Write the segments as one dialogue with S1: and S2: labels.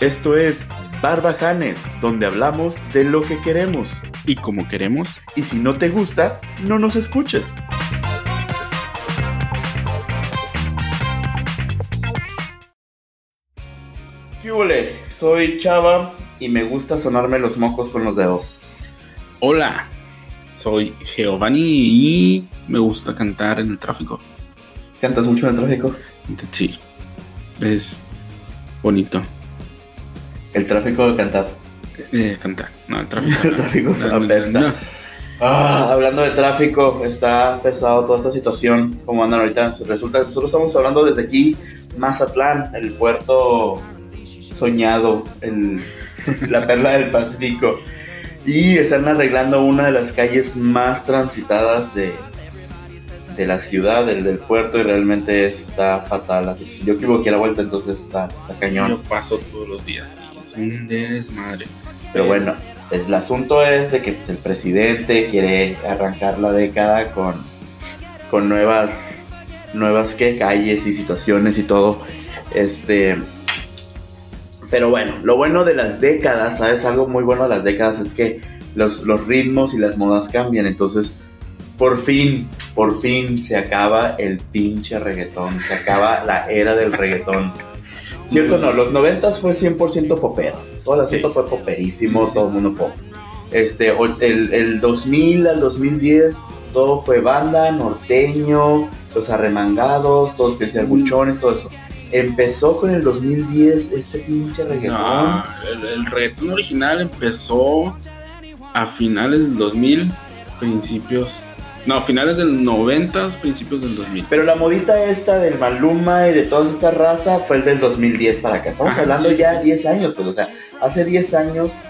S1: Esto es Barbajanes, donde hablamos de lo que queremos.
S2: Y como queremos,
S1: Y si no te gusta, no nos escuches. ¿Qué hubole? Soy Chava y me gusta sonarme los mocos con los dedos.
S2: hola, soy Giovanni y me gusta cantar en el tráfico.
S1: ¿Cantas mucho en el tráfico?
S2: Sí, es bonito
S1: El tráfico de cantar.
S2: eh, cantar. No, el tráfico.
S1: El tráfico
S2: no,
S1: apesta.
S2: no.
S1: Ah, hablando de tráfico, está pesado toda esta situación, como andan ahorita. Resulta que nosotros estamos hablando desde aquí, Mazatlán, el puerto soñado, el- la perla del Pacífico. Y están arreglando una de las calles más transitadas de, de la ciudad, del, del puerto, y realmente está fatal. Así que si yo equivoqué la vuelta, entonces está, está cañón.
S2: Yo paso todos los días y es un desmadre.
S1: Pero bueno, pues, el asunto es de que pues, el presidente quiere arrancar la década con, con nuevas, nuevas ¿qué? calles y situaciones y todo. Este, pero bueno, lo bueno de las décadas, ¿sabes? Algo muy bueno de las décadas es que los, los ritmos y las modas cambian. Entonces, por fin, por fin se acaba el pinche reggaetón. Se acaba la era del reggaetón. ¿Cierto o no? Los 90 fue 100% popero. Todo el asunto
S2: Sí.
S1: fue poperísimo,
S2: Sí, sí.
S1: todo el mundo pop. Este, o- el, el 2000 al 2010, todo fue banda, norteño, los arremangados, todos que decían
S2: Mm.
S1: buchones, todo eso. Empezó con el 2010 este pinche reggaetón.
S2: No, el, el reggaetón original empezó a finales del 2000, principios. No, finales del 90, principios del 2000.
S1: Pero la modita esta del Maluma y de toda esta raza fue el del 2010 para acá. Estamos
S2: Ajá,
S1: hablando
S2: sí, sí,
S1: ya
S2: sí.
S1: 10 años, pues, o sea, hace 10 años.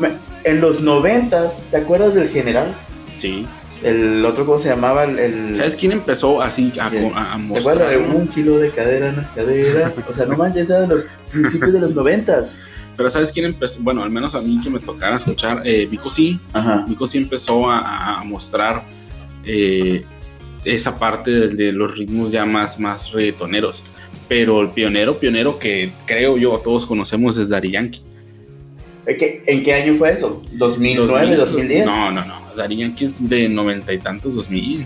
S1: me- En los 90, ¿te acuerdas del general?
S2: Sí.
S1: El otro, ¿cómo se llamaba? El, el-
S2: ¿Sabes quién empezó así a,
S1: ¿Quién?
S2: a, a
S1: ¿Te acuerdas de
S2: mostrar? no?
S1: un kilo de cadera en la cadera? O sea, no manches, era de los principios de los 90.
S2: Pero ¿sabes quién empezó? Bueno, al menos a mí que me tocara escuchar, eh, Vico sí.
S1: Ajá.
S2: Vico sí empezó a- a, a mostrar eh, esa parte de, de los ritmos ya más, más reggaetoneros. Pero el pionero, pionero que creo yo todos conocemos es Dari Yankee.
S1: ¿En ¿Eh, qué, en qué año fue eso? ¿2009, 2010?
S2: No, no, no. Dari Yankee es de noventa y tantos, 2000.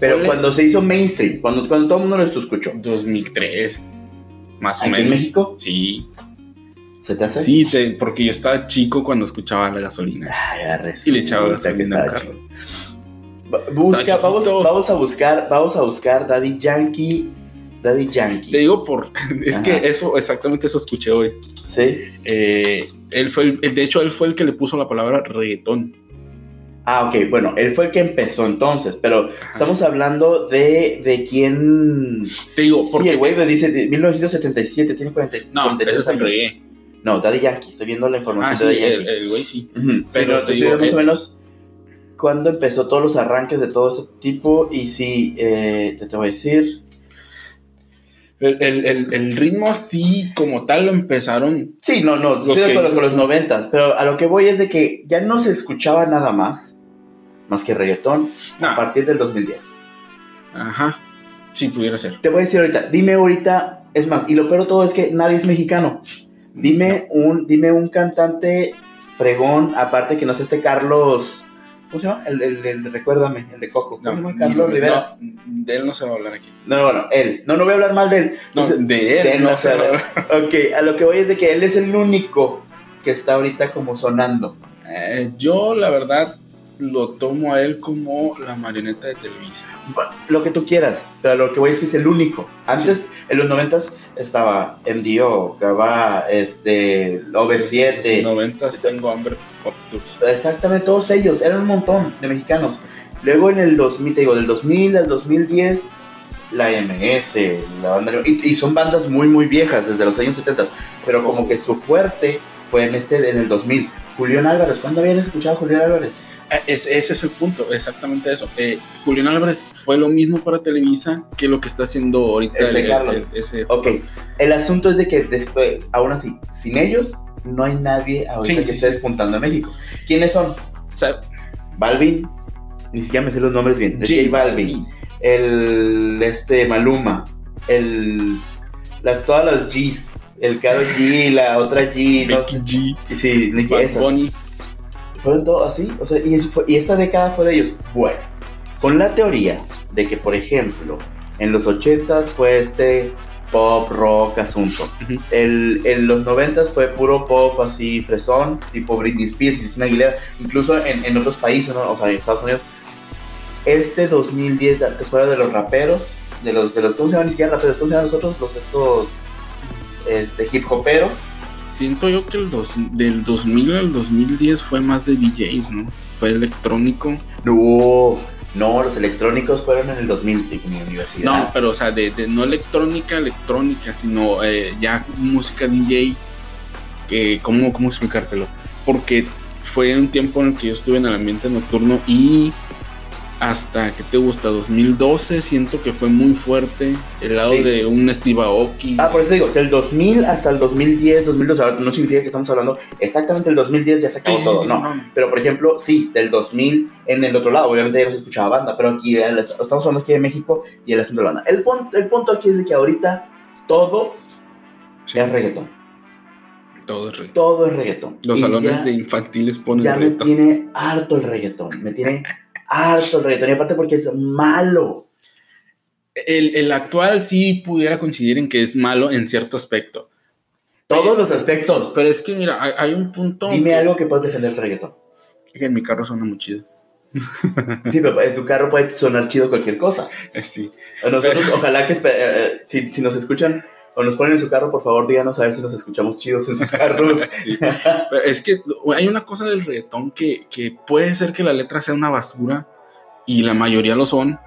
S1: Pero
S2: ponle-
S1: cuando se hizo mainstream, cuando, cuando todo el mundo lo escuchó.
S2: 2003, más o
S1: ¿Aquí
S2: menos.
S1: en México?
S2: Sí,
S1: ¿Se te hace?
S2: sí, te- porque yo estaba chico cuando escuchaba la gasolina.
S1: Ay, arre,
S2: Y le echaba
S1: resulta que
S2: gasolina al
S1: estaba
S2: carro.
S1: Va- Busca,
S2: Está
S1: vamos,
S2: chiquito.
S1: vamos a buscar, vamos a buscar Daddy Yankee, Daddy Yankee.
S2: Te digo por. Es
S1: Ajá.
S2: que eso, exactamente eso escuché hoy.
S1: Sí.
S2: Eh, él fue el- de hecho, él fue el que le puso la palabra reggaetón.
S1: Ah, ok, bueno, él fue el que empezó entonces, pero
S2: Ajá.
S1: estamos hablando de, de quién...
S2: Te digo,
S1: sí,
S2: porque.
S1: el güey me dice de 1977, tiene 40,
S2: no,
S1: 43
S2: ese es el
S1: años.
S2: reggae.
S1: No, Daddy Yankee, estoy viendo la información
S2: Ah, sí,
S1: de Daddy
S2: el
S1: Yankee.
S2: el güey sí.
S1: Ujú,
S2: pero
S1: Pero
S2: te
S1: te
S2: digo eh,
S1: más
S2: que-
S1: o menos cuándo empezó todos los arranques de todo ese tipo y sí, eh, te, te voy a decir...
S2: El, el- el- el ritmo así como tal lo empezaron.
S1: Sí, no, no,
S2: Los
S1: estoy de
S2: que
S1: acuerdo
S2: dices
S1: con los
S2: tú.
S1: noventas, pero a lo que voy es de que ya no se escuchaba nada más, más que reggaetón,
S2: Nah,
S1: a partir del 2010.
S2: Ajá. Sí, pudiera ser.
S1: Te voy a decir ahorita, dime ahorita, es más, y lo peor de todo es que nadie es mexicano. Dime un, dime un cantante fregón, aparte que no es este Carlos, ¿cómo se llama? El, el- el- recuérdame, el de Coco.
S2: No,
S1: ¿Cómo se llama?
S2: ni-
S1: Carlos
S2: no,
S1: Rivera.
S2: de él no se va a hablar aquí.
S1: No, no, bueno, él. No, no voy a hablar mal de él.
S2: No,
S1: Ese-
S2: de él.
S1: de él
S2: no
S1: no
S2: se va a
S1: sabe.
S2: hablar.
S1: ok, a lo que voy es de que él es el único que está ahorita como sonando.
S2: Eh, yo, la verdad, lo tomo a él como la marioneta de Televisa.
S1: Lo que tú quieras, pero a lo que voy es que es el único. Antes, en los noventas, estaba MDO, estaba este, OV7,
S2: En los 90 tengo hambre pop tours.
S1: Exactamente, todos ellos, eran un montón de mexicanos. Luego en el 2000, te digo, del 2000 al 2010, la MS, la banda... Y, y son bandas muy, muy viejas, desde los años 70, pero como que su fuerte fue en este, en el 2000. Julián Álvarez, ¿cuándo habían escuchado a Julián Álvarez?
S2: Eh, es- ese es el punto, exactamente eso. Eh, Julián Álvarez fue lo mismo para Televisa que lo que está haciendo ahorita
S1: Ese
S2: el-
S1: Carlos. Oh,
S2: el- ese-
S1: Ok, el asunto es de que después, aún así, sin ellos, no hay nadie ahorita
S2: Sí,
S1: que
S2: sí,
S1: esté
S2: sí.
S1: despuntando en México. ¿Quiénes son?
S2: Sa-
S1: Balvin, ni siquiera me sé los nombres bien, de
S2: J
S1: J Balvin. el este Maluma, el las todas las G's, el Karol G, la otra G, no
S2: Becky
S1: sé.
S2: G,
S1: Y sí, Nicki,
S2: Bad
S1: esas.
S2: Bunny.
S1: Fueron todos así, o sea, y, eso fue- y esta década fue de ellos. Bueno, con la teoría de que, por ejemplo, en los 80s fue este pop rock asunto.
S2: Ujú.
S1: El- en los 90s fue puro pop así fresón, tipo Britney Spears, Cristina Aguilera, incluso en, en otros países, ¿no? o sea, en Estados Unidos. Este 2010 da- que fuera de los raperos, de los, de los, ¿cómo se llaman? Ni siquiera raperos, ¿cómo se llaman nosotros? Los estos, este, hip hoperos.
S2: Siento yo que el dos, del 2000 al 2010 fue más de DJs, ¿no? Fue electrónico.
S1: No, no, los electrónicos fueron en el 2000 en mi universidad.
S2: No, pero o sea, de, de no electrónica, electrónica, sino eh, ya música DJ. eh, ¿cómo, ¿Cómo explicártelo? Porque fue un tiempo en el que yo estuve en el ambiente nocturno y hasta, ¿qué te gusta? 2012, siento que fue muy fuerte el lado
S1: Sí.
S2: de un Steve Aoki.
S1: Ah, por eso digo, del 2000 hasta el 2010, 2012, ahora no significa que estamos hablando exactamente del 2010, ya se
S2: Sí,
S1: acabó
S2: sí,
S1: todo,
S2: sí,
S1: no. Pero, por ejemplo, sí, del 2000 en el otro lado, obviamente ya no se escuchaba banda, pero aquí el- estamos hablando aquí de México y el asunto de la banda. El, pon- el punto aquí es de que ahorita todo
S2: Sí.
S1: es reggaetón,
S2: Todo es reggaetón.
S1: todo es reggaetón.
S2: Los
S1: Y
S2: salones
S1: ya-
S2: de infantiles ponen
S1: ya me
S2: reggaetón.
S1: tiene harto el reggaetón, me tiene harto el reggaetón, y aparte porque es malo.
S2: El, el actual sí pudiera coincidir en que es malo en cierto aspecto.
S1: Todos los aspectos.
S2: Pero es que mira, hay, hay un punto
S1: Dime
S2: que-
S1: algo que puedas defender el reggaetón.
S2: que en mi carro suena muy chido.
S1: Sí, pero en tu carro puede sonar chido cualquier cosa.
S2: Eh, Sí.
S1: A Nosotros, ojalá que espe- eh, eh, si, si nos escuchan o nos ponen en su carro, por favor díganos a ver si nos escuchamos chidos en sus carros.
S2: Sí. Pero es que hay una cosa del reggaetón que, que puede ser que la letra sea una basura y la mayoría lo son,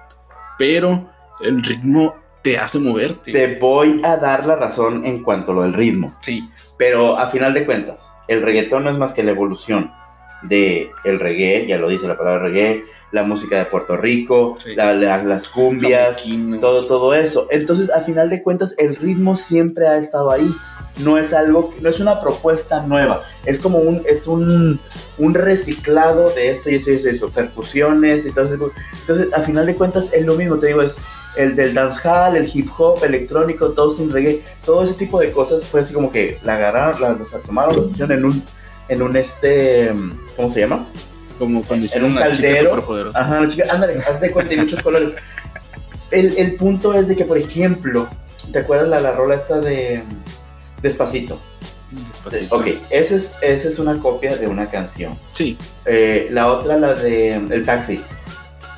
S2: pero el ritmo te hace moverte.
S1: Te voy a dar la razón en cuanto a lo del ritmo.
S2: Sí,
S1: Pero a final de cuentas, el reggaetón no es más que la evolución de el reggae, ya lo dice la palabra reggae, la música de Puerto Rico,
S2: Sí.
S1: la- la- las cumbias,
S2: Jamaiquinos.
S1: todo, todo eso. Entonces, a final de cuentas, el ritmo siempre ha estado ahí. No es algo, que- no es una propuesta nueva. Es como un, es un, un reciclado de esto y eso y eso y eso. Percusiones y todo eso. Entonces, a final de cuentas, es lo mismo. Te digo, es el del dancehall, el hip hop, electrónico, toasting, reggae. Todo ese tipo de cosas fue así como que la agarraron, la, la tomaron, la pusieron en un, en un este, ¿cómo se llama?
S2: Como cuando hicieron
S1: un
S2: la chica
S1: caldero.
S2: superpoderosa.
S1: Ajá, chica, ándale, haz de cuenta, hay muchos colores. El, el punto es de que, por ejemplo, ¿te acuerdas la, la rola esta de mm, Despacito?
S2: Despacito.
S1: Ok, esa es, esa es una copia de una canción.
S2: Sí,
S1: Eh, la otra, la de mm, El Taxi.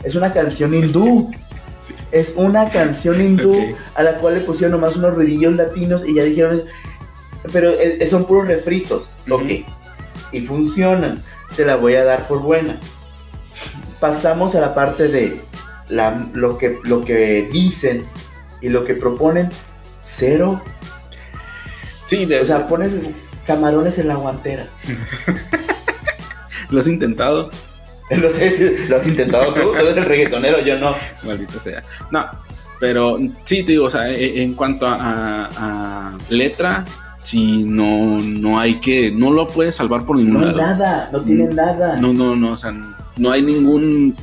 S1: Es una canción hindú.
S2: Sí.
S1: Es una canción hindú
S2: Ok.
S1: a la cual le pusieron nomás unos ruidillos latinos y ya dijeron, pero eh, son puros refritos.
S2: Ujú.
S1: Ok. Y funcionan. Te la voy a dar por buena. Pasamos a la parte de la- lo, que, lo que dicen y lo que proponen. Cero.
S2: sí de-
S1: O sea, pones camarones en la guantera.
S2: lo has intentado.
S1: Lo, sé, lo has intentado tú. Tú eres el reggaetonero, yo no.
S2: Maldita sea. No, pero sí, te digo, o sea, e- en cuanto a, a- a letra, sí, no, no hay que, no lo puedes salvar por ningún
S1: No hay
S2: lado.
S1: nada. No tienen nada.
S2: No, no, no, o sea, no hay ningún,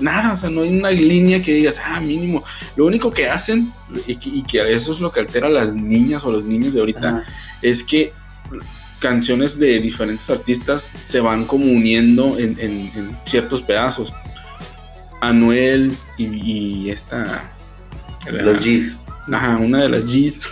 S2: nada, o sea, no hay una línea que digas, ah, mínimo. Lo único que hacen, y que, y que eso es lo que altera a las niñas o los niños de ahorita,
S1: Ajá.
S2: es que canciones de diferentes artistas se van como uniendo en, en- en ciertos pedazos. Anuel y, y esta... la-
S1: Los G's.
S2: ajá, una de las G's.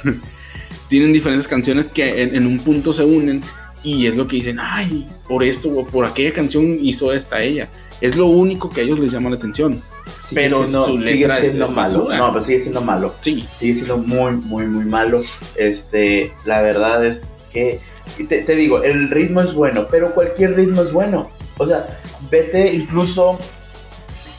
S2: tienen diferentes canciones que en, en un punto se unen y es lo que dicen, ay, por eso o por aquella canción hizo esta ella. Es lo único que a ellos les llama la atención.
S1: Sigue
S2: Pero
S1: siendo-
S2: su
S1: sigue
S2: letra es-
S1: siendo
S2: es
S1: malo.
S2: basura.
S1: No, pero sigue siendo malo.
S2: Sí,
S1: sigue siendo muy, muy, muy malo. Este, la verdad es que, y te, te digo, el ritmo es bueno, pero cualquier ritmo es bueno. O sea, vete incluso,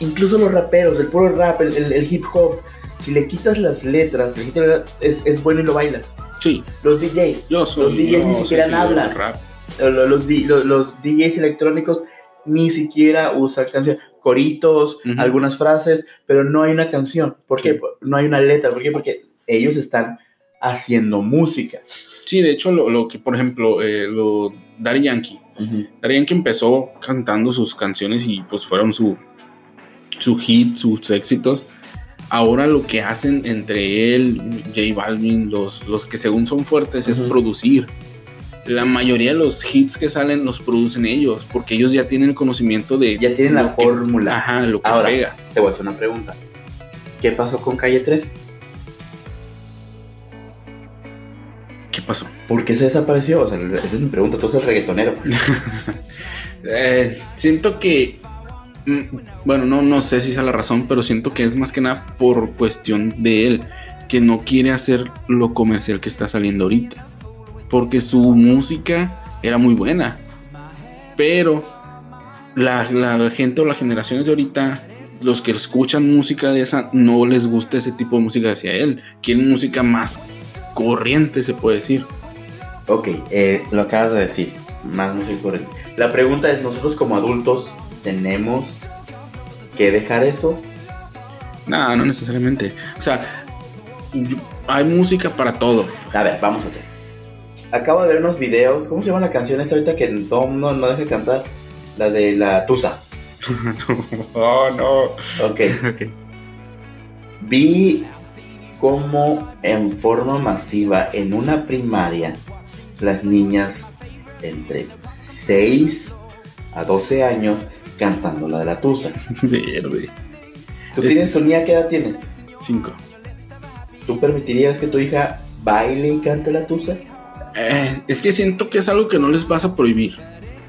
S1: incluso los raperos, el puro rap, el, el- el hip hop. Si le quitas las letras, le quitas la- es, es bueno y lo bailas.
S2: sí.
S1: Los DJs,
S2: Yo soy...
S1: Los DJs ni
S2: yo soy
S1: siquiera
S2: seguidor
S1: hablan.
S2: del rap.
S1: lo- lo- los, di- lo- los DJs electrónicos ni siquiera usan canciones, coritos,
S2: Ujú.
S1: algunas frases, pero no hay una canción. ¿Por qué?
S2: Sí.
S1: No hay una letra. ¿Por qué? Porque ellos están haciendo música.
S2: Sí, de hecho, lo, lo que, por ejemplo, eh, lo Daddy Yankee. Darían que empezó cantando sus canciones y pues fueron su, su hit, sus éxitos. Ahora lo que hacen entre él, J Balvin, los, los que según son fuertes, es
S3: Ujú.
S2: producir. La mayoría de los hits que salen los producen ellos, porque ellos ya tienen el conocimiento de.
S1: Ya tienen la
S2: lo que-
S1: fórmula.
S2: Ajá, lo que
S1: Ahora.
S2: pega.
S1: Te voy a hacer una pregunta. ¿Qué pasó con Calle 3?
S2: ¿Qué pasó?
S1: ¿Por qué se desapareció? O sea, esa es mi pregunta. Tú eres el reggaetonero.
S2: Eh, siento que. mm, Bueno, no, no sé si sea la razón, pero siento que es más que nada por cuestión de él, que no quiere hacer lo comercial que está saliendo ahorita. Porque su música era muy buena. Pero la, la gente o las generaciones de ahorita, los que escuchan música de esa, no les gusta ese tipo de música hacia él. Quieren música más corriente, se puede decir.
S1: Ok, eh, lo acabas de decir. Más música corriente. La pregunta es, ¿nosotros como adultos tenemos que dejar eso?
S2: No, no necesariamente. O sea, yo- hay música para todo.
S1: A ver, vamos a hacer. Acabo de ver unos videos. ¿Cómo se llama la canción esa ahorita que todo el mundo no deja de cantar? La de la Tusa.
S2: oh, no.
S1: Ok. Vi cómo en forma masiva en una primaria las niñas entre 6 a 12 años cantando la de la Tusa.
S2: Verde.
S1: ¿Tú
S2: Es-
S1: tienes tu niña qué edad tiene?
S2: Cinco.
S1: ¿Tú permitirías que tu hija baile y cante la Tusa?
S2: Eh, es que siento que es algo que no les vas a prohibir.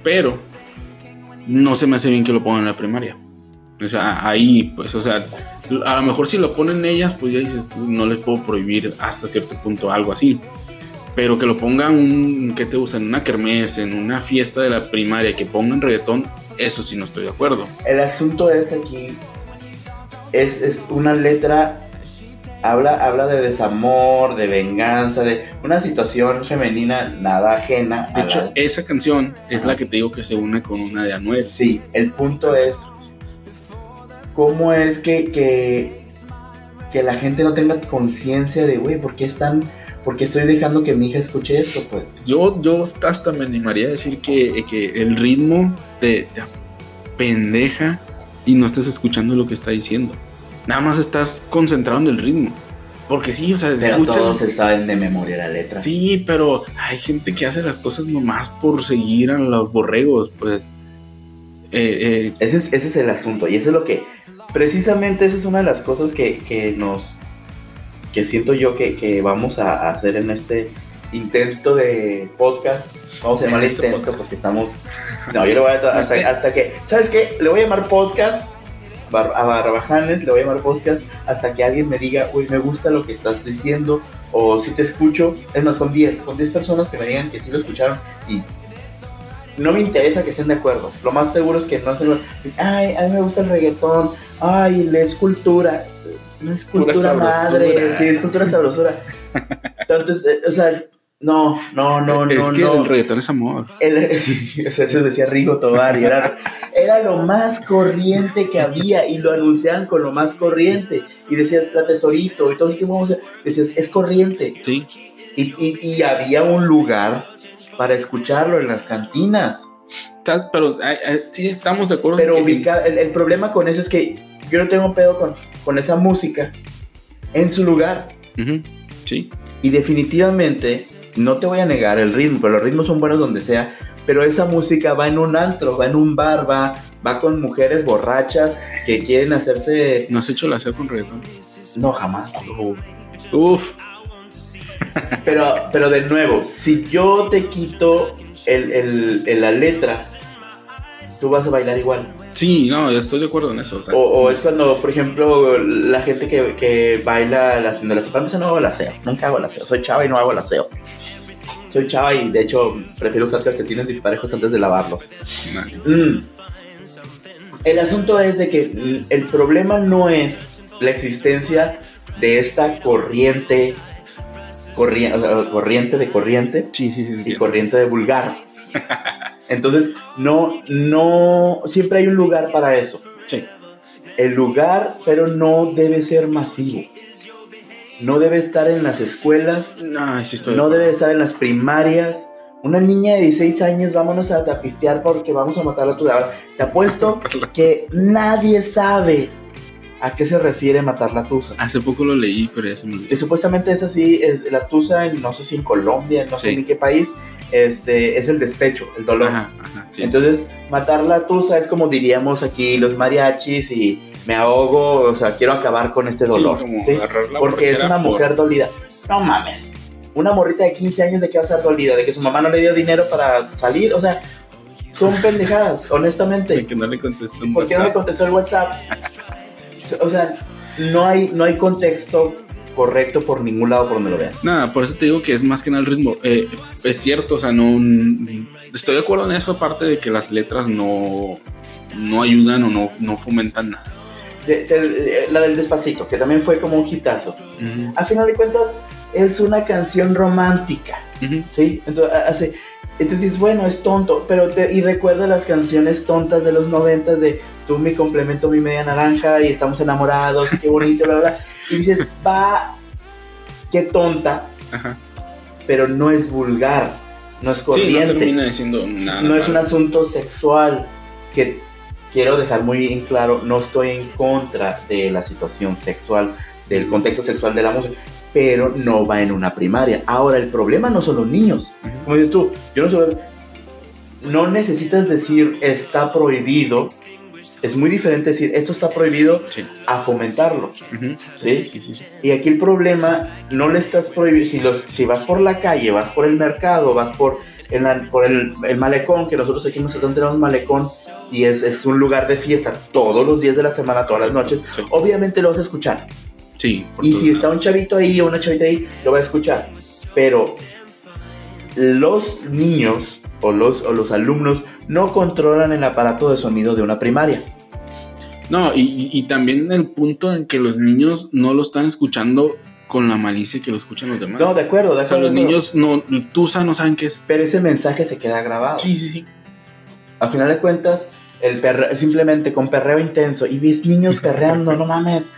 S2: Pero no se me hace bien que lo pongan en la primaria. O sea, ahí, pues, o sea, a lo mejor si lo ponen ellas, pues ya dices, no les puedo prohibir hasta cierto punto algo así. Pero que lo pongan, un, ¿qué te gusta? En una kermés, en una fiesta de la primaria, que pongan reggaetón, eso sí no estoy de acuerdo.
S1: El asunto es aquí, es, es una letra, habla, habla de desamor, de venganza, de una situación femenina nada ajena. a
S2: De
S1: la-
S2: hecho, esa canción es
S1: Ajá.
S2: la que te digo que se une con una de Anuel.
S1: sí, el punto es cómo es que, que, que la gente no tenga conciencia de, güey, ¿por qué están, por qué estoy dejando que mi hija escuche esto? Pues
S2: Yo, yo hasta me animaría a decir que, que el ritmo te, te pendeja y no estás escuchando lo que está diciendo. Nada más estás concentrado en el ritmo. Porque sí, o sea,
S1: pero
S2: escuchas-
S1: todos se saben de memoria la letra.
S2: Sí, pero hay gente que hace las cosas nomás por seguir a los borregos, pues. Eh, eh,
S1: Ese es, ese es el asunto. Y eso es lo que. Precisamente esa es una de las cosas que, que nos. que siento yo que, que vamos a, a hacer en este intento de podcast. Vamos a
S2: En
S1: llamarle
S2: este
S1: intento
S2: podcast.
S1: porque estamos. No, yo le voy a. Hasta, hasta que. ¿Sabes qué? Le voy a llamar podcast. bar- a Barbajanes le voy a llamar podcast hasta que alguien me diga, uy, me gusta lo que estás diciendo, o si te escucho, es más, con 10, con 10 personas que me digan que sí lo escucharon y no me interesa que estén de acuerdo. Lo más seguro es que no se lo. Ay, a mí me gusta el reggaetón. Ay, la escultura. No es
S2: Pura
S1: cultura madre.
S2: sabrosura.
S1: Sí, es cultura sabrosura. Entonces, eh, o sea, no, no, no, no.
S2: es que
S1: no.
S2: el reggaetón es amor.
S1: Él- sí, o sea, eso decía Rigo Tobar y era, era lo más corriente que había y lo anunciaban con lo más corriente y decías la tesorito y todo el tiempo vamos a- decías es corriente
S2: Sí.
S1: y, y- y había un lugar para escucharlo en las cantinas
S2: Estás- Pero ay, ay, sí estamos de acuerdo.
S1: pero
S2: en que-
S1: ubica- el, el problema con eso es que yo no tengo pedo con, con esa música en su lugar
S2: Ujú, Sí.
S1: Y definitivamente, no te voy a negar el ritmo, pero los ritmos son buenos donde sea. Pero esa música va en un antro, va en un bar, va, va con mujeres borrachas que quieren hacerse.
S2: ¿No has hecho la SEO con reggaetón?
S1: No, jamás.
S2: Uf.
S1: Pero, pero de nuevo, si yo te quito el, el- el- la letra, tú vas a bailar igual.
S2: Sí, no, yo estoy de acuerdo en eso. o sea,
S1: O, o es cuando, por ejemplo, la gente que, que baila la haciendo la Para empezar, no hago el aseo. Nunca hago el aseo. Soy chava y no hago el aseo. Soy chava y de hecho prefiero usar calcetines disparejos antes de lavarlos.
S2: nah.
S1: Mm. El asunto es de que mm, el problema no es la existencia de esta corriente, corri- o sea, corriente de corriente
S2: Sí, sí, sí.
S1: y
S2: entiendo.
S1: corriente de vulgar. Entonces, no, no, siempre hay un lugar para eso.
S2: Sí.
S1: El lugar, pero no debe ser masivo. No debe estar en las escuelas,
S2: No, sí estoy. de
S1: no
S2: acuerdo.
S1: debe estar en las primarias. Una niña de 16 años, vámonos a tapistear porque vamos a matar a tu Ahora, Te apuesto que nadie sabe ¿A qué se refiere matar la tusa?
S2: Hace poco lo leí, pero ya se me olvidó.
S1: Que supuestamente es así, es la tusa, en, no sé si en Colombia, no sé
S2: Sí.
S1: ni qué país, este, es el despecho, el dolor.
S2: Ajá, ajá, sí.
S1: Entonces, matar la tusa es como diríamos aquí los mariachis y me ahogo, o sea, quiero acabar con este
S2: Sí,
S1: dolor.
S2: como
S1: ¿sí?
S2: agarrar la
S1: Porque es
S2: borrachera
S1: una
S2: por-
S1: mujer dolida. No mames. Una morrita de 15 años de que va a ser dolida, de que su mamá no le dio dinero para salir, o sea, son pendejadas, honestamente.
S2: de que no le contestó un
S1: ¿Por qué no me
S2: WhatsApp.
S1: contestó el WhatsApp? O sea, no hay, no hay contexto correcto por ningún lado por donde lo veas.
S2: Nada, por eso te digo que es más que nada el ritmo. Eh, es cierto, o sea, no. Estoy de acuerdo en eso, aparte de que las letras no, no ayudan o no, no fomentan nada.
S1: De- de- la del despacito, que también fue como un hitazo.
S2: Ujú,
S1: A final de cuentas, es una canción romántica,
S2: ujú.
S1: ¿sí? Entonces, a- hace, entonces dices, bueno, es tonto, pero te- y recuerda las canciones tontas de los noventas de tú mi complemento, mi media naranja y estamos enamorados, y qué bonito, bla, bla, bla. Y dices, va, qué tonta,
S2: Ajá.
S1: pero no es vulgar, no es
S2: Sí, no
S1: corriente.
S2: termina diciendo nada.
S1: no es un asunto sexual que quiero dejar muy en claro, no estoy en contra de la situación sexual, del contexto sexual de la música, pero no va en una primaria. Ahora, el problema no son los niños,
S2: Ujú.
S1: como dices tú, yo no sé, no necesitas decir está prohibido, es muy diferente decir esto está prohibido
S2: Sí.
S1: a fomentarlo.
S2: Ujú.
S1: ¿Sí?
S2: Sí, sí, sí.
S1: Y aquí el problema, no le estás prohibiendo, si, los- si vas por la calle, vas por el mercado, vas por el, por el, el malecón, que nosotros aquí en Mazatlán tenemos malecón, y es, es un lugar de fiesta todos los días de la semana, todas las noches,
S2: Sí.
S1: obviamente lo vas a escuchar.
S2: Sí, por
S1: Y
S2: todos
S1: si está
S2: lados.
S1: un chavito ahí o una chavita ahí, lo va a escuchar. Pero los niños o los, o los alumnos no controlan el aparato de sonido de una primaria.
S2: No, y, y- y también el punto en que los niños no lo están escuchando con la malicia que lo escuchan los demás.
S1: No, de acuerdo, de
S2: o sea,
S1: acuerdo.
S2: los
S1: de acuerdo.
S2: niños no, Tusa no saben qué es.
S1: Pero ese mensaje se queda grabado.
S2: Sí, sí, sí.
S1: Al final de cuentas, el perre- simplemente con perreo intenso y ves niños perreando, no mames.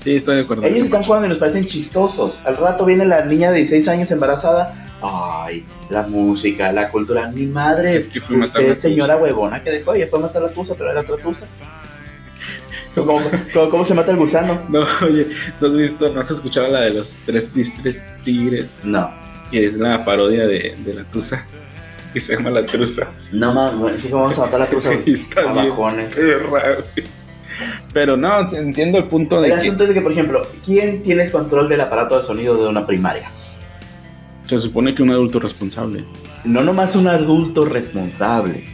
S2: Sí, estoy de acuerdo.
S1: Ellos están jugando y nos parecen chistosos. Al rato viene la niña de 16 años embarazada. Ay, la música, la cultura. Mi madre
S2: Es que fue matar la
S1: usted,
S2: tusa.
S1: señora huevona que dejó. Oye, fue a matar la tusa, pero era otra tusa. ¿Cómo, cómo- cómo se mata el gusano?
S2: No, oye, ¿no has visto, no has escuchado la de los tres, tis- tres tigres?
S1: No,
S2: Que es la parodia de, de la Tusa. Que se llama La Trusa.
S1: no mames. Sí, ¿cómo vamos a matar la tusa?
S2: Y está bien
S1: Abajones.
S2: perra, güey. Pero no, entiendo el punto
S1: El
S2: de que
S1: asunto es de que, por ejemplo, ¿quién tiene el control del aparato de sonido de una primaria?
S2: se supone que un adulto responsable.
S1: no nomás un adulto responsable,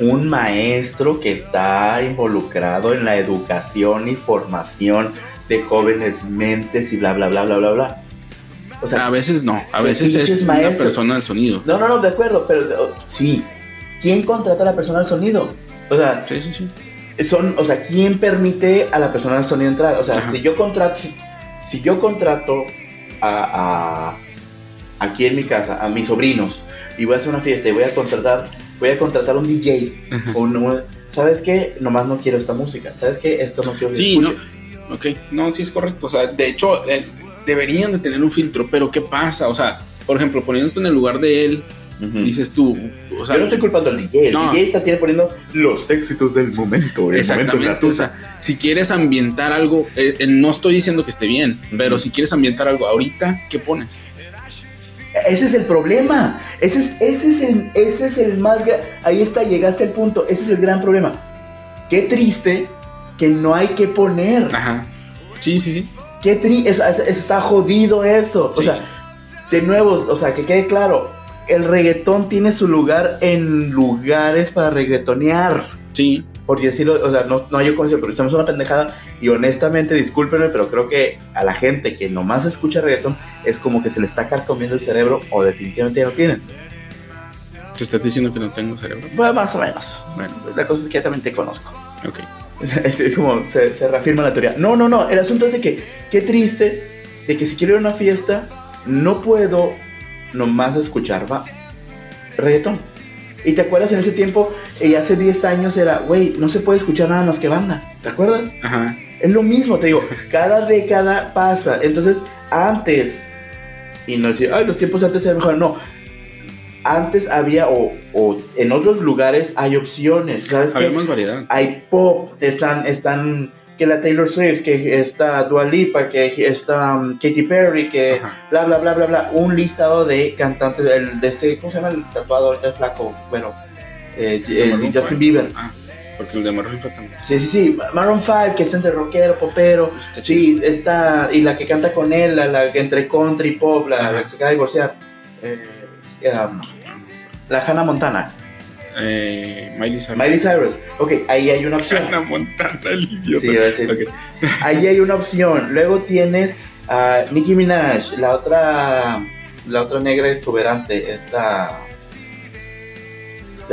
S1: un maestro que está involucrado en la educación y formación de jóvenes mentes y bla, bla, bla, bla, bla, bla. O sea,
S2: a veces no, a
S1: que
S2: veces
S1: pinches
S2: es una
S1: maestros.
S2: persona del sonido.
S1: no, no, no, de acuerdo, pero o- sí, ¿quién contrata a la persona del sonido? O sea,
S2: Sí, sí, sí.
S1: son, o sea, ¿quién permite a la persona del sonido entrar? O sea,
S2: Ajá.
S1: si yo contrato, si, si yo contrato a, a- aquí en mi casa, a mis sobrinos, y voy a hacer una fiesta y voy a contratar, voy a contratar un DJ, o un- ¿sabes qué? Nomás no quiero esta música, ¿sabes qué? Esto no quiero que
S2: Sí,
S1: escuche.
S2: Ok, no, sí es correcto. O sea, de hecho, eh, deberían de tener un filtro, pero ¿qué pasa? O sea, por ejemplo, poniéndote en el lugar de él,
S1: Ujú.
S2: dices tú, o sea,
S1: Mm. yo no estoy culpando al DJ, el
S2: No.
S1: DJ está tiene poniendo los éxitos del momento, el momento de la
S2: Exactamente, o sea, si quieres ambientar algo, eh, eh, no estoy diciendo que esté bien,
S1: Ujú.
S2: pero si quieres ambientar algo ahorita, ¿qué pones?
S1: Ese es el problema. Ese es, ese es, el, ese es el más gra- Ahí está, llegaste al punto. Ese es el gran problema. Qué triste que no hay que poner.
S2: Ajá. Sí, sí, sí.
S1: Qué triste. Está jodido eso. O
S2: Sí.
S1: sea, de nuevo, o sea, que quede claro. El reggaetón tiene su lugar en lugares para reggaetonear.
S2: Sí.
S1: Por decirlo, o sea, no, no hay un concepto, pero echamos una pendejada. Y honestamente, discúlpenme, pero creo que a la gente que nomás escucha reggaetón es como que se le está carcomiendo el cerebro o definitivamente ya lo tienen.
S2: Te estás diciendo que no tengo cerebro.
S1: Bueno, más o menos.
S2: Bueno,
S1: La cosa es que ya también te conozco.
S2: ok.
S1: Es, es como se, se reafirma la teoría. No, no, no. El asunto es de que qué triste de que si quiero ir a una fiesta no puedo nomás escuchar va reggaetón. Y te acuerdas en ese tiempo y hace 10 años era, güey, no se puede escuchar nada más que banda. ¿Te acuerdas?
S2: Ajá.
S1: Es lo mismo, te digo, cada década pasa. Entonces, antes, y no decir, ay, los tiempos antes eran mejor, no. Antes había, o, o en otros lugares hay opciones, ¿sabes?
S2: Había
S1: qué?
S2: más variedad.
S1: Hay pop, están, están que la Taylor Swift, que esta Dua Lipa, que esta um, Katy Perry, que
S2: Ajá.
S1: bla, bla, bla, bla, bla. Un listado de cantantes, el, de este, ¿cómo se llama el tatuado ahorita flaco? Bueno, eh, eh,
S2: Maroon
S1: Justin
S2: five.
S1: Bieber.
S2: Ah, porque el de Maroon five también.
S1: Sí, sí, sí, Maroon 5, que es entre rockero, popero.
S2: Está chido.
S1: Sí, esta, y la que canta con él, la, la que entre country y pop, la,
S2: Ajá.
S1: la que se acaba de divorciar. Eh, um, la Hannah Montana,
S2: Eh, Miley Cyrus.
S1: Miley Cyrus. Ok, ahí hay una opción.
S2: Hannah Montana, el idiota.
S1: Sí, iba a decir,
S2: Ok.
S1: ahí hay una opción. Luego tienes a Nicki Minaj, la otra, la otra negra exuberante, esta,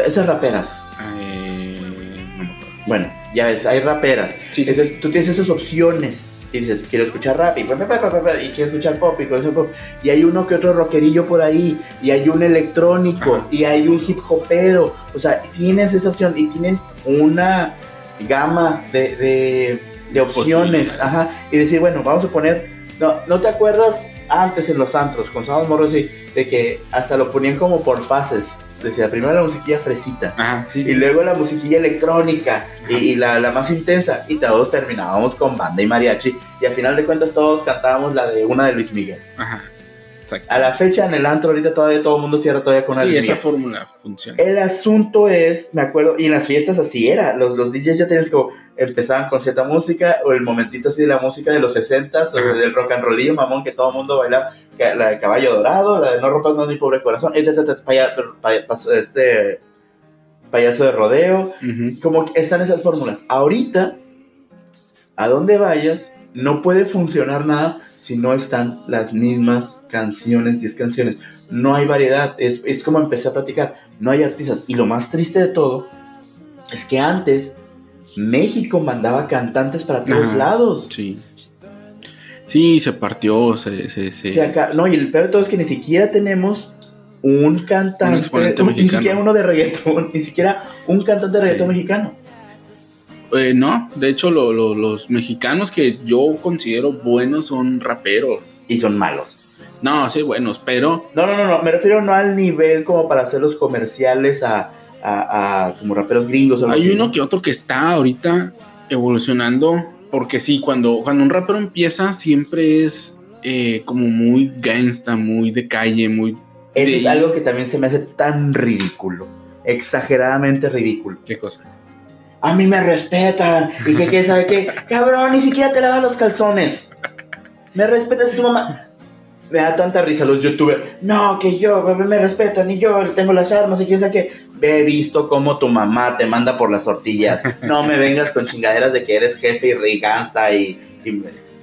S1: esas raperas.
S2: Eh, no me acuerdo.
S1: Bueno, ya ves, hay raperas.
S2: Sí, sí, sí.
S1: Entonces tú tienes esas opciones y dices, quiero escuchar rap y, pa, pa, pa, pa, pa, pa, y quiero escuchar pop y, quiero escuchar pop. y hay uno que otro rockerillo por ahí y hay un electrónico
S2: Ajá.
S1: y hay un hip hopero. O sea, tienes esa opción y tienen una gama de, de- de opciones.
S2: Posibilidades.
S1: Ajá. Y decir, bueno, vamos a poner... No, ¿no te acuerdas antes en los antros, con Sábado Morro, sí, de que hasta lo ponían como por fases? Decía, primero la musiquilla fresita
S2: Ajá, sí,
S1: y
S2: sí.
S1: luego la musiquilla electrónica y, y la, la más intensa. Y todos terminábamos con banda y mariachi. Y al final de cuentas todos cantábamos la de una de Luis Miguel.
S2: Ajá. Exacto.
S1: A la fecha en el antro ahorita todavía todo el mundo cierra todavía Ah, con Eh. una
S2: Sí,
S1: Luis
S2: esa
S1: Miguel.
S2: fórmula funciona.
S1: El asunto es, me acuerdo, y en las fiestas así era, los, los DJs ya tenías como, empezaban con cierta música, o el momentito así de la música de los 60s, o
S2: Ajá.
S1: del rock and rollillo mamón que todo el mundo bailaba, ca- la de Caballo Dorado, la de No rompas más mi pobre corazón, et, et, et, et, paya- paya- pas- este payaso de rodeo,
S2: Ujú.
S1: como que están esas fórmulas. Ahorita, a donde vayas, no puede funcionar nada si no están las mismas canciones, 10 canciones. No hay variedad, es, es como empecé a platicar, no hay artistas. Y lo más triste de todo es que antes México mandaba cantantes para todos
S2: Ajá.
S1: lados.
S2: Sí. Sí, se partió, se, se, se-
S1: Se acá, no, y el peor de todo es que ni siquiera tenemos un cantante,
S2: exponente
S1: un- ni
S2: mexicano.
S1: siquiera uno de reggaetón, ni siquiera un cantante de reggaetón
S2: Sí.
S1: mexicano.
S2: Eh, no, de hecho lo- lo- los mexicanos que yo considero buenos son raperos.
S1: Y son malos.
S2: No, sí, buenos, pero
S1: No, no, no, no, me refiero no al nivel como para hacer los comerciales a, a- a como raperos gringos. o algo
S2: hay
S1: así,
S2: uno
S1: ¿no?
S2: que otro que está ahorita evolucionando, porque sí, cuando, cuando un rapero empieza siempre es eh, como muy gangsta, muy de calle, muy
S1: Eso es
S2: de-
S1: algo que también se me hace tan ridículo, exageradamente ridículo.
S2: ¿Qué cosa?
S1: A mí me respetan y que quién sabe qué, cabrón, ni siquiera te lavas los calzones. Me respetas y tu mamá. Me da tanta risa los youtubers. No, que yo, bebé, me respetan y yo tengo las armas y quién sabe qué. He visto cómo tu mamá te manda por las tortillas. No me vengas con chingaderas de que eres jefe y riganza y, y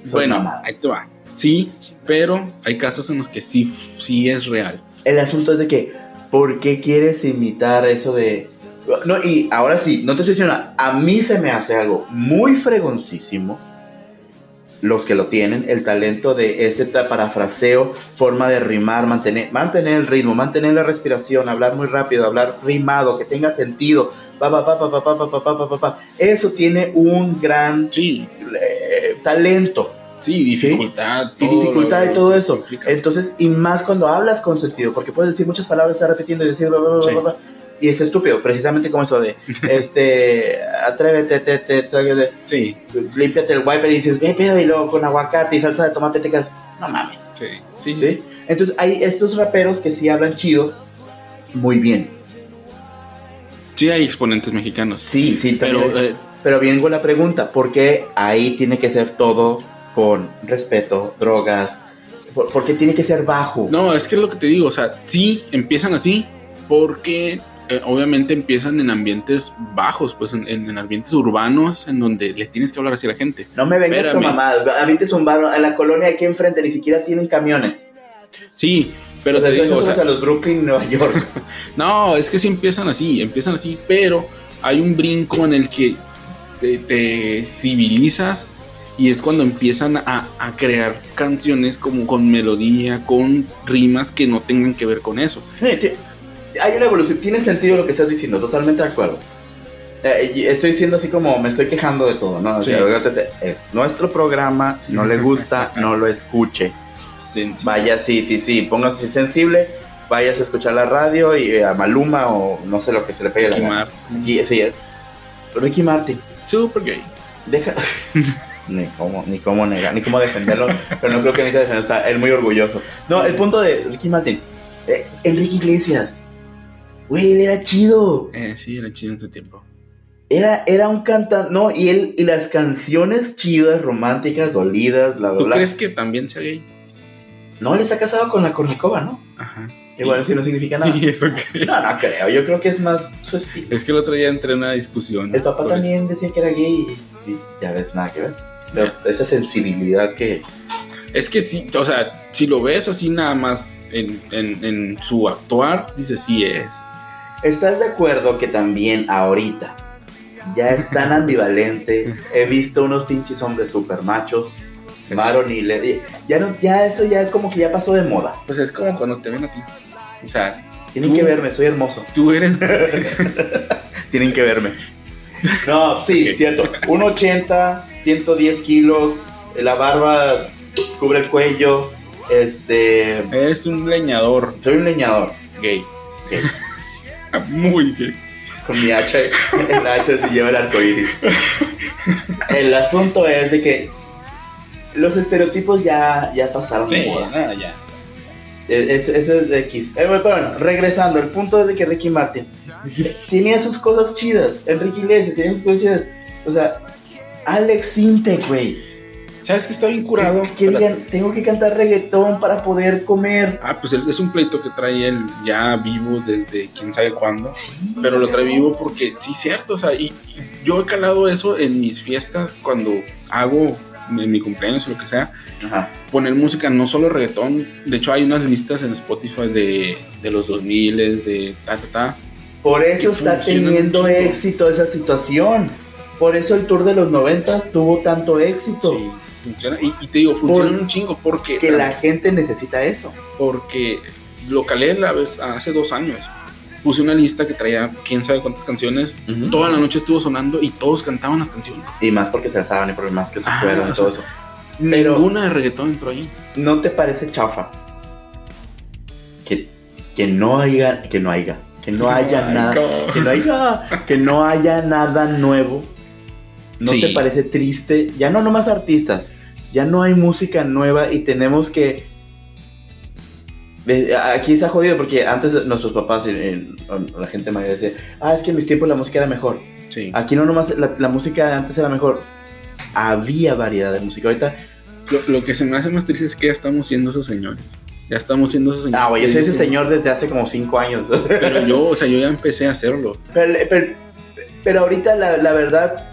S1: Son
S2: bueno,
S1: mamadas.
S2: ahí te va. Sí, pero hay casos en los que sí, sí es real.
S1: El asunto es de que, ¿por qué quieres imitar eso de.? No, y ahora sí, no te estoy diciendo nada. A mí se me hace algo muy fregoncísimo. Los que lo tienen, el talento de este ta- parafraseo, forma de rimar, mantener, mantener el ritmo, mantener la respiración, hablar muy rápido, hablar rimado, que tenga sentido. Pa, pa, pa, pa, pa, pa, pa, pa, pa, pa, pa. Eso tiene un gran
S2: Sí,
S1: eh, talento.
S2: sí, dificultad.
S1: y
S2: todo
S1: dificultad
S2: lo-
S1: y todo eso.
S2: implica.
S1: Entonces, y más cuando hablas con sentido, porque puedes decir muchas palabras, estar repitiendo y decir, bla, bla, bla,
S2: Sí.
S1: bla, bla, y es estúpido, precisamente como eso de, este, atrévete, te, te, te- te-
S2: Sí,
S1: límpiate el wiper y dices, qué pedo, y luego con aguacate y salsa de tomate te quedas, no mames,
S2: sí, sí, sí.
S1: ¿sí? Entonces, hay estos raperos que sí hablan chido, muy bien.
S2: Sí, hay exponentes mexicanos.
S1: Sí, sí, también.
S2: Pero
S1: Pero,
S2: eh,
S1: bien con la pregunta, porque ahí tiene que ser todo con respeto, drogas, por- porque tiene que ser bajo.
S2: no, es que es lo que te digo, o sea, sí empiezan así porque eh, obviamente empiezan en ambientes bajos, pues en, en- en ambientes urbanos en donde les tienes que hablar así a la gente.
S1: No me vengas
S2: Espérame.
S1: con mamadas. A mí te zumbaron. En la colonia aquí enfrente ni siquiera tienen camiones.
S2: Sí, pero
S1: o sea,
S2: te
S1: Pues eso
S2: digo, o
S1: subes
S2: sea,
S1: a los Brooklyn, Nueva York.
S2: no, es que sí empiezan así, empiezan así, pero hay un brinco en el que te, te civilizas y es cuando empiezan a, a crear canciones como con melodía, con rimas que no tengan que ver con eso.
S1: Sí, ti- Hay una evolución. Tiene sentido lo que estás diciendo. Totalmente de acuerdo. Eh, y estoy diciendo así como me estoy quejando de todo, ¿no? O sea,
S2: Sí.
S1: entonces, es nuestro programa. Si no le gusta, no lo escuche.
S2: Sencillo.
S1: Vaya, sí, sí, sí. Póngase sensible. Vayas a escuchar la radio y eh, a Maluma o no sé lo que se le pegue la
S2: Ricky
S1: gana.
S2: Martin.
S1: Y- sí, eh, Ricky Martin.
S2: Super gay.
S1: Deja. ni cómo, ni cómo negar, ni cómo defenderlo, pero no creo que necesite defenderlo. Está él muy orgulloso. No, el punto de Ricky Martin. eh, Enrique Iglesias. Güey, él era chido.
S2: Eh, sí, era chido en su tiempo.
S1: Era, era un cantante. No, y él, y las canciones chidas, románticas, dolidas, bla, bla,
S2: ¿Tú
S1: bla.
S2: crees que también sea gay?
S1: No, él se ha casado con la Cornicova, ¿no?
S2: Ajá.
S1: Igual si no significa nada.
S2: ¿Y eso qué?
S1: No, no creo. Yo creo que es más su estilo.
S2: Es que el otro día entré en una discusión.
S1: El papá
S2: sobre
S1: también decía que era gay y, y ya ves, nada que ver. Pero esa sensibilidad que.
S2: Es que sí, o sea, si lo ves así nada más en, en- en su actuar, dice sí es.
S1: ¿Estás de acuerdo que también ahorita ya es tan ambivalente? He visto unos pinches hombres super machos,
S2: Sí.
S1: varoniles. y Ya, no, ya eso ya como que ya pasó de moda.
S2: Pues es como cuando te ven a ti. O sea,
S1: Tienen
S2: Tú-
S1: que verme, soy hermoso.
S2: tú eres.
S1: Tienen que verme. No, sí,
S2: Ok.
S1: cierto. 1,80, 110 kilos, la barba cubre el cuello. Este.
S2: eres un leñador
S1: Soy un leñador.
S2: gay.
S1: Gay.
S2: Muy gay.
S1: Con mi hacha, el hacha se lleva el arco iris. El asunto es de que los estereotipos ya, ya pasaron de
S2: Sí,
S1: moda.
S2: nada, ya.
S1: E- ese- ese es de X. Eh, bueno, pero bueno, regresando, el punto es de que Ricky Martin eh, tenía sus cosas chidas. Enrique Iglesias tenía sus cosas chidas. O sea, Alex Sintek, güey.
S2: ¿Sabes que está bien curado?
S1: Que digan, tengo que cantar reggaetón para poder comer.
S2: Ah, pues es un pleito que trae él ya vivo desde quién sabe cuándo.
S1: Sí,
S2: pero lo trae
S1: cabrón.
S2: vivo porque sí, cierto, o sea, y, y yo he calado eso en mis fiestas cuando hago en mi cumpleaños o lo que sea,
S1: Ajá.
S2: poner música, no solo reggaetón, de hecho hay unas listas en Spotify de, de los 2000, de ta, ta, ta.
S1: Por eso
S2: Y
S1: está
S2: funcionan
S1: teniendo
S2: un chingo.
S1: éxito esa situación. Por eso el tour de los noventas tuvo tanto éxito.
S2: Sí, funciona. Y, y te digo, funciona
S1: Por-
S2: un chingo porque,
S1: Que la gente necesita eso.
S2: porque lo calé la vez, hace dos años. Puse una lista que traía quién sabe cuántas canciones. Toda la noche estuvo sonando y todos cantaban las canciones.
S1: Y más porque se la saben y por más que se
S2: Ah,
S1: acuerdan y
S2: o sea-
S1: todo eso. Pero-
S2: Ninguna de reggaetón entró ahí.
S1: ¿No te parece chafa? Que, que no haya, que no haya, que no haya
S2: Ay,
S1: nada,
S2: cabrón.
S1: que no haya, que no haya nada nuevo. ¿No
S2: Sí.
S1: te parece triste? Ya no nomás artistas, ya no hay música nueva y tenemos que... Ve- Aquí está jodido porque antes nuestros papás y, y la gente mayor decía, ah, es que en mis tiempos la música era mejor.
S2: Sí.
S1: Aquí no nomás la, la música de antes era mejor. Había variedad de música. Ahorita,
S2: Lo, lo que se me hace más triste es que ya estamos siendo esos señores. Ya estamos siendo esos señores.
S1: ah, güey, yo soy ese
S2: Sí,
S1: señor desde hace como cinco años.
S2: Pero yo, o sea, yo ya empecé a hacerlo.
S1: Pero, pero- pero ahorita la, la verdad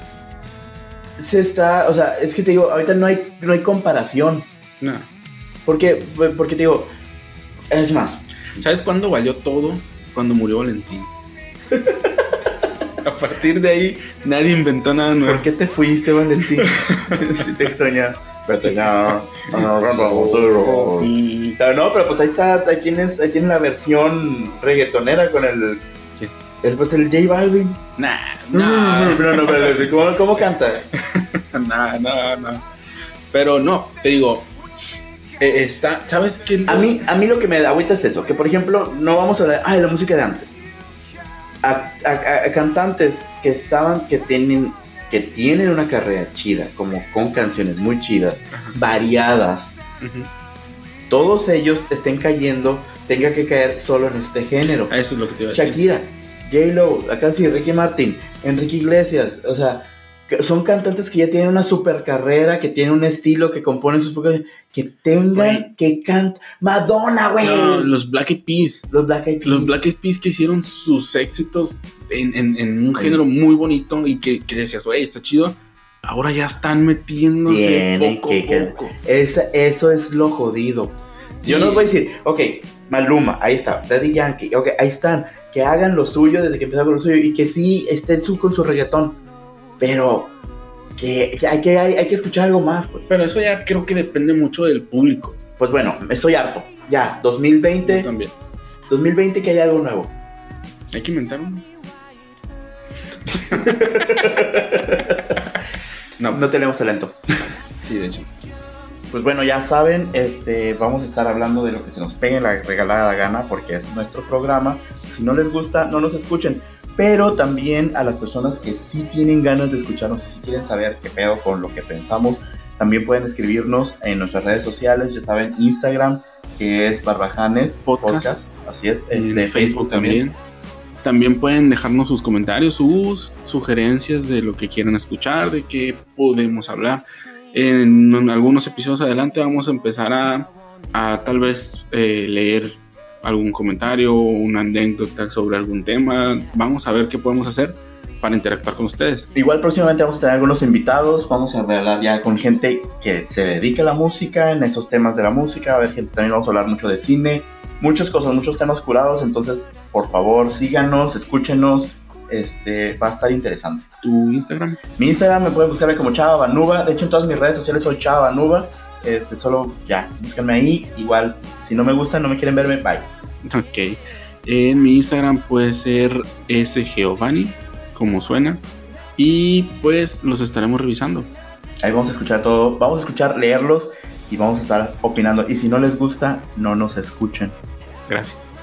S1: se está, o sea, es que te digo, ahorita no hay, no hay comparación.
S2: Nah.
S1: Porque, porque te digo, es más,
S2: ¿Sabes cuándo valió todo? Cuando murió Valentín. a partir de ahí, nadie inventó nada
S1: ¿por
S2: nuevo.
S1: qué te fuiste, Valentín? si Ah. te extrañaba. Vete ya.
S2: Sí.
S1: Pero no, pero pues ahí está, ahí tienes, ahí tienes la versión reggaetonera con el...
S2: ¿Quién?
S1: El, pues el J Balvin.
S2: Nah,
S1: No, no, no, no, pero ¿cómo, cómo canta?
S2: nah, nah, nah. Pero no, te digo, eh, está, ¿sabes qué? es lo-
S1: A mí, a mí lo que me da agüita es eso, que por ejemplo, no vamos a hablar, ay, la música de antes. A, a- a- a cantantes que estaban, que tienen, que tienen una carrera chida, como con canciones muy chidas,
S2: Ajá.
S1: variadas,
S2: Ujú.
S1: todos ellos estén cayendo, tenga que caer solo en este género.
S2: Ah, Eso es lo que te iba a decir.
S1: Shakira, J-Lo, acá sí, Ricky Martin, Enrique Iglesias, o sea, que son cantantes que ya tienen una super carrera, que tienen un estilo, que componen sus propias, que tengan
S2: Güey.
S1: que cantar. Madonna, güey.
S2: No, los Black Eyed Peas.
S1: Los Black Eyed Peas.
S2: Los Black Eyed Peas que hicieron sus éxitos en, en- en un género muy bonito y que, que decías, güey, está chido. Ahora ya están metiéndose
S1: Tienen
S2: poco
S1: que- que-
S2: a poco.
S1: Esa- eso es lo jodido.
S2: Sí.
S1: Yo no voy a decir, ok, Maluma, ahí está, Daddy Yankee, ok, ahí están, que hagan lo suyo desde que empezaron con lo suyo y que sí estén su, con su reggaetón, pero que, que hay, que hay, hay que escuchar algo más, pues.
S2: Pero eso ya creo que depende mucho del público.
S1: Pues bueno, estoy harto, ya,
S2: Yo
S1: 2020,
S2: también.
S1: 2020 que haya algo nuevo.
S2: Hay que inventar uno. no,
S1: No tenemos talento.
S2: sí, de hecho.
S1: Pues bueno, ya saben, este, vamos a estar hablando de lo que se nos pegue la regalada gana porque es nuestro programa. Si no les gusta, no nos escuchen. pero también a las personas que sí tienen ganas de escucharnos y sí quieren saber qué pedo con lo que pensamos, también pueden escribirnos en nuestras redes sociales, ya saben, Instagram, que es Barbajanes
S2: Podcast.
S1: así es,
S2: en
S1: este,
S2: Facebook, también. También pueden dejarnos sus comentarios, sus sugerencias de lo que quieren escuchar, de qué podemos hablar. En, en algunos episodios adelante vamos a empezar a, a tal vez eh, leer algún comentario, una anécdota sobre algún tema. Vamos a ver qué podemos hacer para interactuar con ustedes.
S1: Igual próximamente vamos a tener algunos invitados, vamos a hablar ya con gente que se dedica a la música, en esos temas de la música, va a haber gente también vamos a hablar mucho de cine, muchas cosas, muchos temas curados, entonces por favor síganos, escúchenos, este va a estar interesante.
S2: Tu Instagram.
S1: Mi Instagram me pueden buscar como Chava Banuba, de hecho en todas mis redes sociales soy Chava Banuba, este solo ya, búsquenme ahí, igual si no me gustan, no me quieren verme, bye.
S2: Ok. Eh, mi Instagram puede ser sgeovani, como suena. Y pues los estaremos revisando.
S1: Ahí vamos a escuchar todo, vamos a escuchar, leerlos y vamos a estar opinando y si no les gusta, no nos escuchen.
S2: Gracias.